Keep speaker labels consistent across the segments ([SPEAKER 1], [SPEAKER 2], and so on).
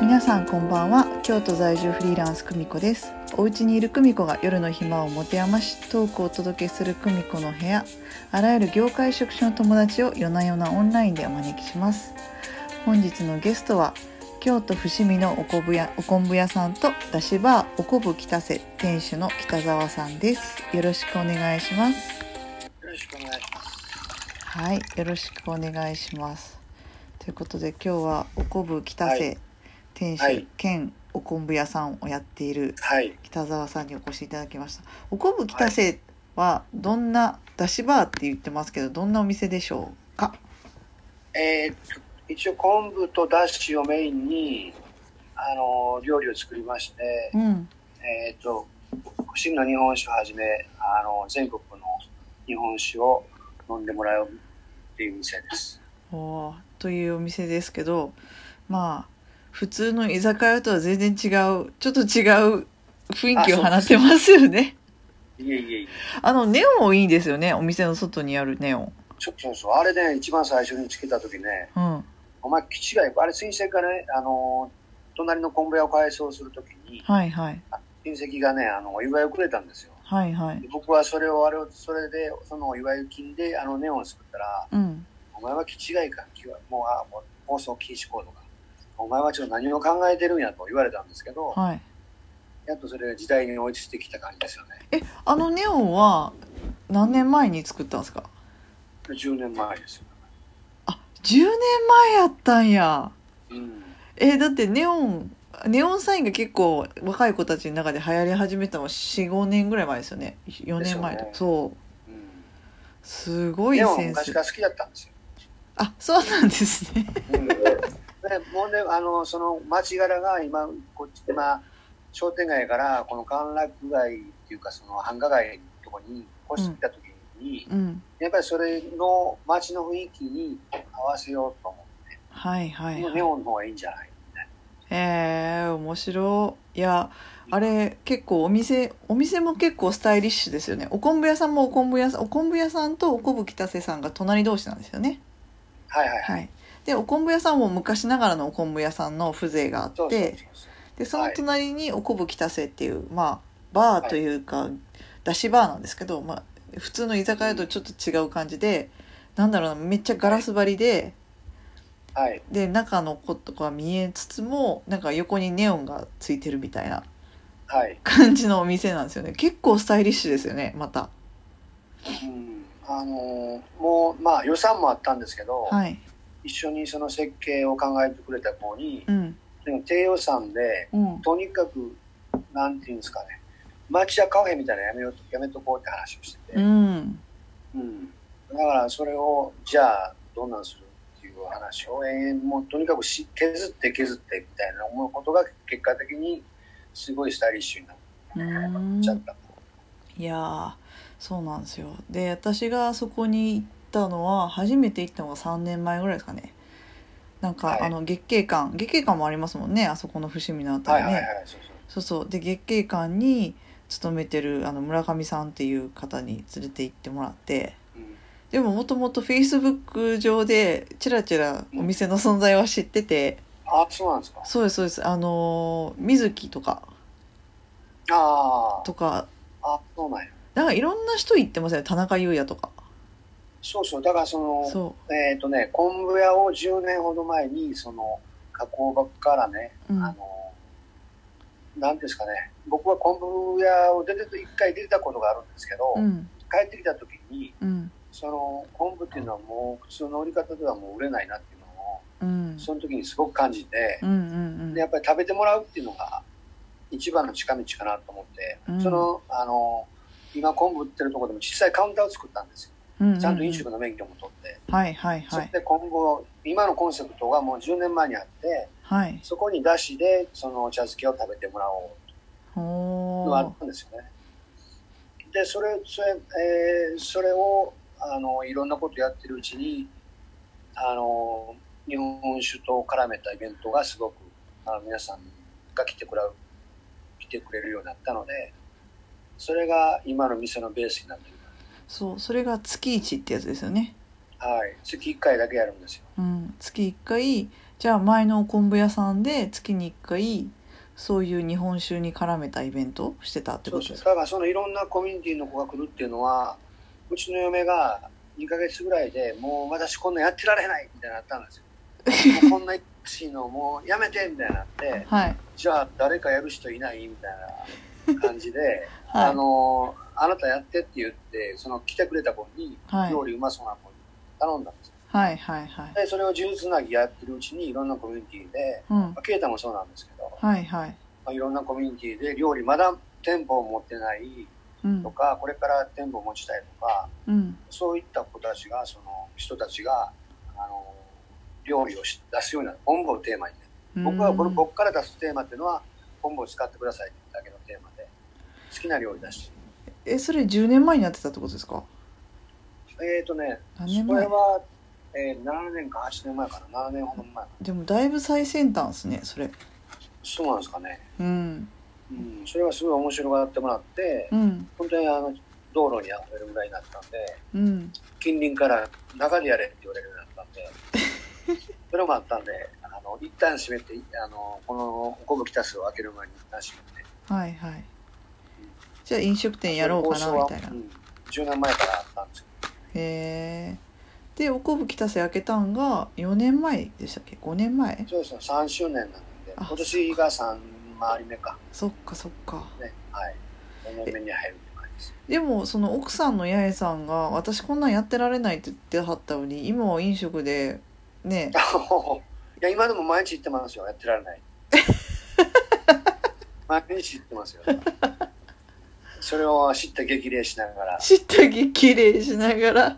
[SPEAKER 1] 皆さんこんばんは京都在住フリーランス久美子ですお家にいる久美子が夜の暇を持て余しトークをお届けする久美子の部屋あらゆる業界職種の友達を夜な夜なオンラインでお招きします本日のゲストは京都伏見のお昆布屋お昆布屋さんとだしバーお昆布北瀬店主の北澤さんですよろしくお願いします
[SPEAKER 2] よろしくお願いします。
[SPEAKER 1] はい、よろしくお願いします。ということで今日はおこぶ北瀬、
[SPEAKER 2] はい
[SPEAKER 1] 店主、
[SPEAKER 2] はい
[SPEAKER 1] 兼お昆布屋さんをやっている
[SPEAKER 2] はい。
[SPEAKER 1] 北澤さんにお越しいただきました。おこぶ北瀬はどんな出しバーって言ってますけど、どんなお店でしょうか。
[SPEAKER 2] えーっと一応昆布とだしをメインに、あのー料理を作りまして
[SPEAKER 1] う、ん、
[SPEAKER 2] えーっと伏見の日本酒をはじめ、あのー全国の日本酒を飲んでもらうっていう店です。
[SPEAKER 1] おーというお店ですけど、まあ普通の居酒屋とは全然違う、ちょっと違う雰囲気を放ってますよね。
[SPEAKER 2] いえいえいえ。
[SPEAKER 1] あのネオンいいですよね。お店の外にあるネオン。
[SPEAKER 2] そうそうそう。あれね、一番最初につけた時ね、
[SPEAKER 1] うん、
[SPEAKER 2] お前、気違い、あれ先生がね、あのー隣の昆布屋を改装するときに、
[SPEAKER 1] はいはい
[SPEAKER 2] 親戚がね、あの、お祝いをくれたんですよ。
[SPEAKER 1] はいはい
[SPEAKER 2] で。僕はそれをあれをそれでそのお祝い金であのネオンを作ったら
[SPEAKER 1] うん。
[SPEAKER 2] 「お前は気違いかもうあもう放送禁止行動かお前はちょっと何を考えてるんや」と言われたんですけど
[SPEAKER 1] はい。
[SPEAKER 2] やっとそれが時代に追いついてきた感じですよね
[SPEAKER 1] あのネオンは何年前に作ったんですか
[SPEAKER 2] 10年前ですよ、
[SPEAKER 1] あ、10年前やったんや。
[SPEAKER 2] うん、
[SPEAKER 1] えーだってネオン、ネオンサインが結構若い子たちの中で流行り始めたのは4、5年ぐらい前ですよね。4年前と。
[SPEAKER 2] です
[SPEAKER 1] そう。
[SPEAKER 2] うん、
[SPEAKER 1] すごい
[SPEAKER 2] ネオン
[SPEAKER 1] セン
[SPEAKER 2] 昔
[SPEAKER 1] ス
[SPEAKER 2] か。ら好きだったんですよ、
[SPEAKER 1] あ、そうなんですね。
[SPEAKER 2] うん、 でもうねあのその町柄が今こっち今商店街からこの歓楽街っていうかその繁華街のとこに越してきた時に、
[SPEAKER 1] うん。
[SPEAKER 2] やっぱりそれの街の雰囲気に合わせようと思
[SPEAKER 1] はいは
[SPEAKER 2] う。
[SPEAKER 1] い
[SPEAKER 2] もう
[SPEAKER 1] は
[SPEAKER 2] ネ
[SPEAKER 1] い。
[SPEAKER 2] オンの方がいいんじゃない
[SPEAKER 1] えー、面白い。いや、あれ結構お店、お店も結構スタイリッシュですよね。お昆布屋さんもお昆布屋さん、お昆布屋さんとお昆布北瀬さんが隣同士なんですよね。
[SPEAKER 2] はいはいはい。
[SPEAKER 1] はい、でお昆布屋さんも昔ながらのお昆布屋さんの風情があって
[SPEAKER 2] そうそうそうそう。
[SPEAKER 1] でその隣にお昆布北瀬っていう、まあ、バーというか、だしバーなんですけど、まあ、普通の居酒屋とちょっと違う感じで、なんだろうなめっちゃガラス張りで
[SPEAKER 2] はい。
[SPEAKER 1] で中のことが見えつつもなんか横にネオンがついてるみたいな
[SPEAKER 2] はい。
[SPEAKER 1] 感じのお店なんですよね結構スタイリッシュですよねまた
[SPEAKER 2] うん。あのーもう、まあ予算もあったんですけど、
[SPEAKER 1] はい
[SPEAKER 2] 一緒にその設計を考えてくれた子に、
[SPEAKER 1] うん
[SPEAKER 2] でも低予算で、
[SPEAKER 1] うん
[SPEAKER 2] とにかく、なんていうんですかね、町屋カフェみたいなのやめようと、やめとこうって話をしてて、
[SPEAKER 1] うん
[SPEAKER 2] うん、だからそれをじゃあどうなんするっていう話を延々もうとにかくし削って削ってみたいな思うことが結果的にすごいスタイリッシュになっ
[SPEAKER 1] うん
[SPEAKER 2] ちゃった、
[SPEAKER 1] いやーそうなんですよで私がそこに行ったのは初めて行ったのが3年前ぐらいですかねなんか、
[SPEAKER 2] はい
[SPEAKER 1] あの月桂館月桂館もありますもんねあそこの伏見のあた
[SPEAKER 2] はい
[SPEAKER 1] りね、
[SPEAKER 2] はいはいそうそう
[SPEAKER 1] そうそうで月桂館に勤めてるあの村上さんっていう方に連れて行ってもらって
[SPEAKER 2] うん
[SPEAKER 1] でももともとフェイスブック上でちらちらお店の存在は知ってて、
[SPEAKER 2] あそうなんですか
[SPEAKER 1] そうですそうですあのー水木とか
[SPEAKER 2] あー
[SPEAKER 1] とか
[SPEAKER 2] あそうなんや
[SPEAKER 1] なんかいろんな人行ってますよね田中裕也とか
[SPEAKER 2] そうそうだからその
[SPEAKER 1] そ
[SPEAKER 2] えっ、とね昆布屋を10年ほど前にその加工場からね、
[SPEAKER 1] う、うん、
[SPEAKER 2] あのなんていうんですかね僕は昆布屋を出て一回出てたことがあるんですけど、
[SPEAKER 1] うん
[SPEAKER 2] 帰ってきた時に
[SPEAKER 1] うん
[SPEAKER 2] その昆布っていうのはもう普通の売り方ではもう売れないなっていうのを
[SPEAKER 1] うん
[SPEAKER 2] その時にすごく感じて
[SPEAKER 1] うんうんうん
[SPEAKER 2] でやっぱり食べてもらうっていうのが一番の近道かなと思って、
[SPEAKER 1] うん
[SPEAKER 2] そのあの今昆布売ってるところでも小さいカウンターを作ったんです
[SPEAKER 1] うんう
[SPEAKER 2] よちゃんと飲食の免許も取って、
[SPEAKER 1] はいはい
[SPEAKER 2] そ
[SPEAKER 1] は
[SPEAKER 2] れ
[SPEAKER 1] い
[SPEAKER 2] で今後今のコンセプトがもう10年前にあって
[SPEAKER 1] はい
[SPEAKER 2] そこにだしでそのお茶漬けを食べてもらおう
[SPEAKER 1] お
[SPEAKER 2] のがあっ
[SPEAKER 1] ー
[SPEAKER 2] たんですよね。でそれそれ,、えーそれをあのいろんなことやってるうちにあの日本酒と絡めたイベントがすごくあの皆さんが来てくらう来てくれるようになったのでそれが今の店のベースになってる、
[SPEAKER 1] そうそれが月一ってやつですよね
[SPEAKER 2] はい、月1回だけやるんですよ。
[SPEAKER 1] うん月一回じゃあ前の昆布屋さんで月に1回そういう日本酒に絡めたイベントをしてたってこ
[SPEAKER 2] そう
[SPEAKER 1] と
[SPEAKER 2] そう
[SPEAKER 1] です
[SPEAKER 2] だ
[SPEAKER 1] か
[SPEAKER 2] からそのいろんなコミュニティの子が来るっていうのはうちの嫁が2ヶ月ぐらいでもう私こんなんやってられないみたいになったんで すよもうこんなしいのもうやめてみたいになって
[SPEAKER 1] はい
[SPEAKER 2] じゃあ誰かやる人いないみたいな感じで、あ
[SPEAKER 1] はい
[SPEAKER 2] のあなたやってって言ってその来てくれた子に
[SPEAKER 1] はい
[SPEAKER 2] 料理うまそうな子に頼んだんですよ
[SPEAKER 1] はいはいはい
[SPEAKER 2] でそれを自由つなぎやってるうちにいろんなコミュニティで、
[SPEAKER 1] うん
[SPEAKER 2] まあ、ケイタもそうなんですけど、
[SPEAKER 1] はいはい
[SPEAKER 2] まあ、いろんなコミュニティで料理まだ店舗を持ってない
[SPEAKER 1] うん
[SPEAKER 2] とかこれから店舗を持ちたいとか
[SPEAKER 1] うん
[SPEAKER 2] そういった子たちがその人たちがあの料理をし出すような昆布をテーマにね僕はこれ
[SPEAKER 1] うん
[SPEAKER 2] 僕から出すテーマっていうのは昆布を使ってくださいってだけのテーマで好きな料理だし
[SPEAKER 1] えそれ10年前にやってたってことですか
[SPEAKER 2] えっ、ー、とね
[SPEAKER 1] 何年
[SPEAKER 2] これ
[SPEAKER 1] 前
[SPEAKER 2] は、えー7年か8年前かな7年ほど前かな
[SPEAKER 1] でもだいぶ最先端ですねそれ
[SPEAKER 2] そうなんですかね、
[SPEAKER 1] うん
[SPEAKER 2] うん、それはすごい面白がってもらって
[SPEAKER 1] うん
[SPEAKER 2] 本当にあの道路にあふれるぐらいになったんで
[SPEAKER 1] うん
[SPEAKER 2] 近隣から中でやれって言われるようになったんで それもあったんであの一旦閉めてあのこの昆布来た数を開ける前に一旦閉めて
[SPEAKER 1] はいはいじゃあ飲食店やろうかなみたいな
[SPEAKER 2] そうう構想はうん、10年前からあったんですけ
[SPEAKER 1] へえでおこぶ北瀬開けたんが4年前でしたっけ5年前
[SPEAKER 2] どそうですね3周年なんで
[SPEAKER 1] あ
[SPEAKER 2] 今年が3回り目か
[SPEAKER 1] そっかそっか
[SPEAKER 2] ねはい4年目に入る って感じです
[SPEAKER 1] でもその奥さんの八重さんが私こんなんやってられないって言ってはったのに今は飲食でね
[SPEAKER 2] いや今でも毎日行ってますよやってられない 毎日行ってますよそれを知った激励しながら
[SPEAKER 1] 知った激励しながら
[SPEAKER 2] はい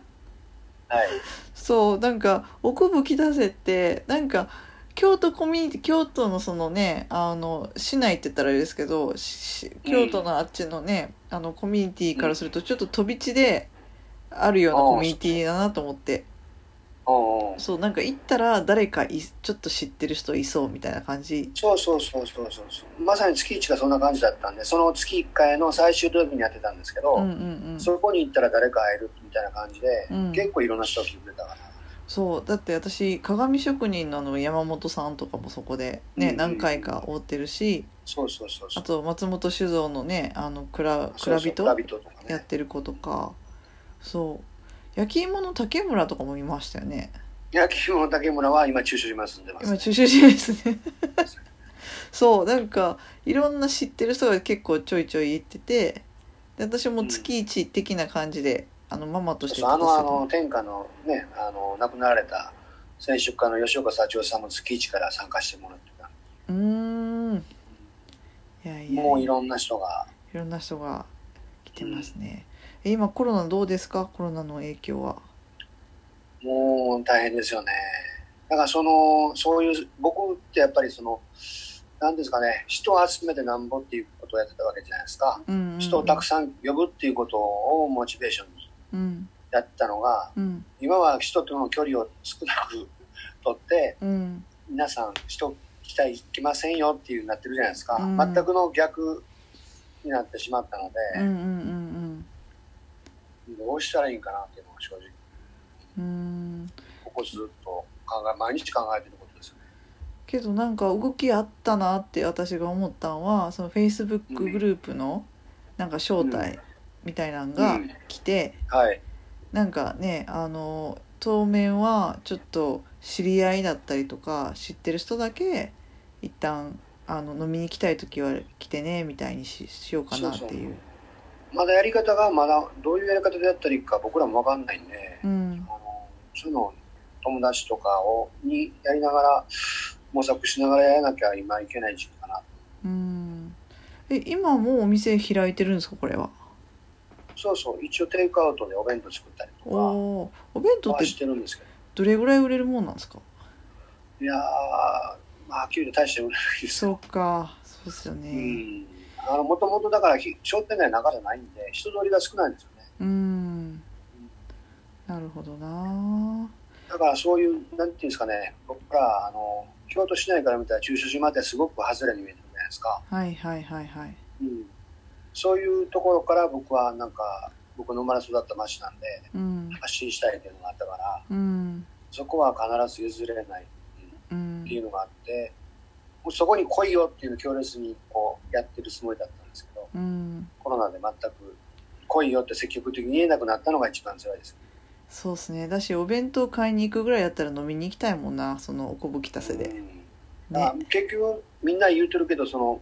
[SPEAKER 1] そうなんか奥吹出せってなんか京都コミュニティ京都のそのねあの市内って言ったらあれですけどし京都のあっちのね、あのコミュニティからするとちょっと飛び地であるような
[SPEAKER 2] あー
[SPEAKER 1] コミュニティだなと思って
[SPEAKER 2] うんうん
[SPEAKER 1] そうなんか行ったら誰かいちょっと知ってる人いそうみたいな感じ
[SPEAKER 2] そうそうそうそうそうそうまさに月1がそんな感じだったんでその月1回の最終土曜日にやってたんですけど、
[SPEAKER 1] うんうんうん
[SPEAKER 2] そこに行ったら誰か会えるみたいな感じで、
[SPEAKER 1] うん
[SPEAKER 2] 結構いろんな人が来てくれたから
[SPEAKER 1] そうだって私鏡職人のあの山本さんとかもそこでね、
[SPEAKER 2] うんうん
[SPEAKER 1] 何回か会ってるし
[SPEAKER 2] そうそうそうそ
[SPEAKER 1] あ
[SPEAKER 2] う
[SPEAKER 1] と松本酒造のねあの蔵
[SPEAKER 2] そう
[SPEAKER 1] 蔵
[SPEAKER 2] そう
[SPEAKER 1] 人
[SPEAKER 2] 蔵人とか
[SPEAKER 1] やっ
[SPEAKER 2] ね
[SPEAKER 1] てる子とかそう焼き芋の竹村とかも見ましたよね
[SPEAKER 2] 焼き芋の竹村は今駐車場に今住んでます、
[SPEAKER 1] 今中秋時ですねそうなんかいろんな知ってる人が結構ちょいちょい行っててで私も月一的な感じで、あのママと
[SPEAKER 2] そ
[SPEAKER 1] し
[SPEAKER 2] う
[SPEAKER 1] て
[SPEAKER 2] そうあのあ
[SPEAKER 1] 行
[SPEAKER 2] の天下のねあの亡くなられた選手家の吉岡社長さんも月1から参加してもらってた
[SPEAKER 1] うーんいやいや
[SPEAKER 2] もういろんな人が
[SPEAKER 1] いろんな人が来てますね、え今コロナどうですかコロナの影響は
[SPEAKER 2] もう大変ですよね。だからその、そういう、僕ってやっぱりその、なんですかね、人を集めてなんぼっていうことをやってたわけじゃないですか。
[SPEAKER 1] うんうん
[SPEAKER 2] 人をたくさん呼ぶっていうことをモチベーションに
[SPEAKER 1] うん
[SPEAKER 2] やってたのが、
[SPEAKER 1] うん
[SPEAKER 2] 今は人との距離を少なくとって、
[SPEAKER 1] うん
[SPEAKER 2] 皆さん人来たい来ませんよっていうになってるじゃないですか。
[SPEAKER 1] うん
[SPEAKER 2] 全くの逆になってしまったの
[SPEAKER 1] うんうんうん
[SPEAKER 2] で、どうしたらいいんかなっていうのが正直、
[SPEAKER 1] うんうん
[SPEAKER 2] ここずっと考え、毎日考えてることですよね。
[SPEAKER 1] けどなんか動きあったなって私が思ったのはそのフェイスブックグループのなんか招待みたいなのが
[SPEAKER 2] うん
[SPEAKER 1] 来て、
[SPEAKER 2] はい。
[SPEAKER 1] なんかねあの当面はちょっと知り合いだったりとか知ってる人だけ一旦あの飲みに来たい時は来てねみたいにししようかなっていう
[SPEAKER 2] そうそうまだやり方がまだどういうやり方でやったらいいか僕らもわかんないんで、
[SPEAKER 1] うん
[SPEAKER 2] あのそういうのを友達とかをにやりながら模索しながらやらなきゃ今いけない時期かな
[SPEAKER 1] うんえ今もうお店開いてるんですかこれは
[SPEAKER 2] そうそう一応テイクアウトでお弁当作ったりと
[SPEAKER 1] お
[SPEAKER 2] か
[SPEAKER 1] おーお弁当っ
[SPEAKER 2] は
[SPEAKER 1] て
[SPEAKER 2] してるんですけ
[SPEAKER 1] どれぐらい売れるもんなんですか
[SPEAKER 2] どいやーまあはっきり言うと大して売れないです
[SPEAKER 1] そうかそうですよね、
[SPEAKER 2] うんあのもともとだからひ商店街の中じゃないんで人通りが少ないんですよね
[SPEAKER 1] うーんなるほどな
[SPEAKER 2] だからそういうなんていうんですかね僕らあの京都市内から見たら駐車場まですごく外れに見えてるじゃないですか
[SPEAKER 1] はいはいはいはい
[SPEAKER 2] うんそういうところから僕はなんか僕の生まれ育った町なんで
[SPEAKER 1] うん
[SPEAKER 2] 発信したいっていうのがあったから
[SPEAKER 1] うん
[SPEAKER 2] そこは必ず譲れない
[SPEAKER 1] うん
[SPEAKER 2] ってっていうのがあって、もうそこに来いよっていうのを強烈にこうやってるつもりだったんですけど、
[SPEAKER 1] うん、
[SPEAKER 2] コロナで全く来いよって積極的に言えなくなったのが一番辛いです。
[SPEAKER 1] そうですねだしお弁当買いに行くぐらいやったら飲みに行きたいもんなそのおこぶきたせで
[SPEAKER 2] うん
[SPEAKER 1] ね
[SPEAKER 2] あ結局みんな言うてるけどその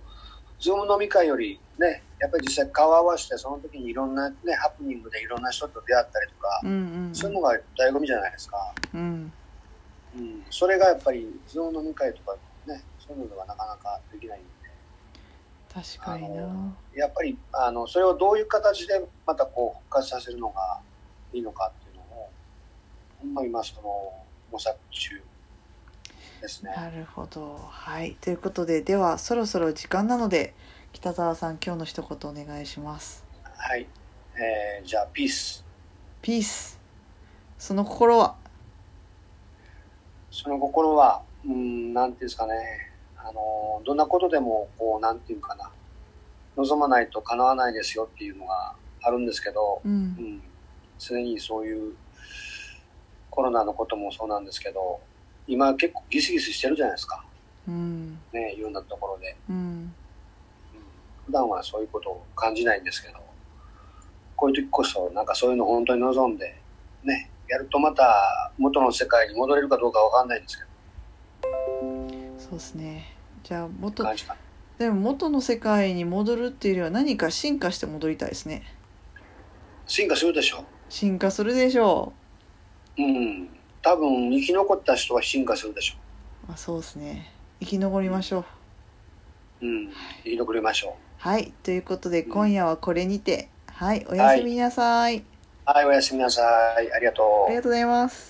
[SPEAKER 2] ズーム飲み会よりねやっぱり実際顔合わせてその時にいろんな、ね、ハプニングでいろんな人と出会ったりとか、
[SPEAKER 1] うんうん
[SPEAKER 2] そういうのが醍醐味じゃないですか、
[SPEAKER 1] うん
[SPEAKER 2] うん、それがやっぱりズーム飲み会とかねそういうのがなかなかできないん
[SPEAKER 1] 確かに
[SPEAKER 2] あ
[SPEAKER 1] な
[SPEAKER 2] のでやっぱりあのそれをどういう形でまたこう復活させるのがいいのかっていうのをほんま今その模索中ですね。
[SPEAKER 1] なるほどはいということでではそろそろ時間なので北澤さん今日の一言お願いします
[SPEAKER 2] はい、えーじゃあピース
[SPEAKER 1] ピースその心は
[SPEAKER 2] その心はうんなんていうんですかねあのどんなことでもこうなんていうかな望まないと叶わないですよっていうのがあるんですけど、
[SPEAKER 1] う
[SPEAKER 2] うんん、常にそういうコロナのこともそうなんですけど今結構ギスギスしてるじゃないですか
[SPEAKER 1] うん
[SPEAKER 2] ねいろんなところで、
[SPEAKER 1] うん
[SPEAKER 2] うん、普段はそういうことを感じないんですけどこういう時こそなんかそういうの本当に望んでねやるとまた元の世界に戻れるかどうかわかんないんですけ
[SPEAKER 1] そうですねじゃあ
[SPEAKER 2] ど
[SPEAKER 1] 元
[SPEAKER 2] 感じかな
[SPEAKER 1] でも元の世界に戻るっていうよりは何か進化して戻りたいですね
[SPEAKER 2] 進化するでしょ
[SPEAKER 1] 進化するでしょ
[SPEAKER 2] うん多分生き残った人は進化するでしょ
[SPEAKER 1] う、まあ、そうですね生き残りましょう
[SPEAKER 2] うん生き残りましょ
[SPEAKER 1] はいということで
[SPEAKER 2] うん
[SPEAKER 1] 今夜はこれにてはいおやすみなさい、
[SPEAKER 2] うはいおやすみなさいありがとう
[SPEAKER 1] ありがとうございます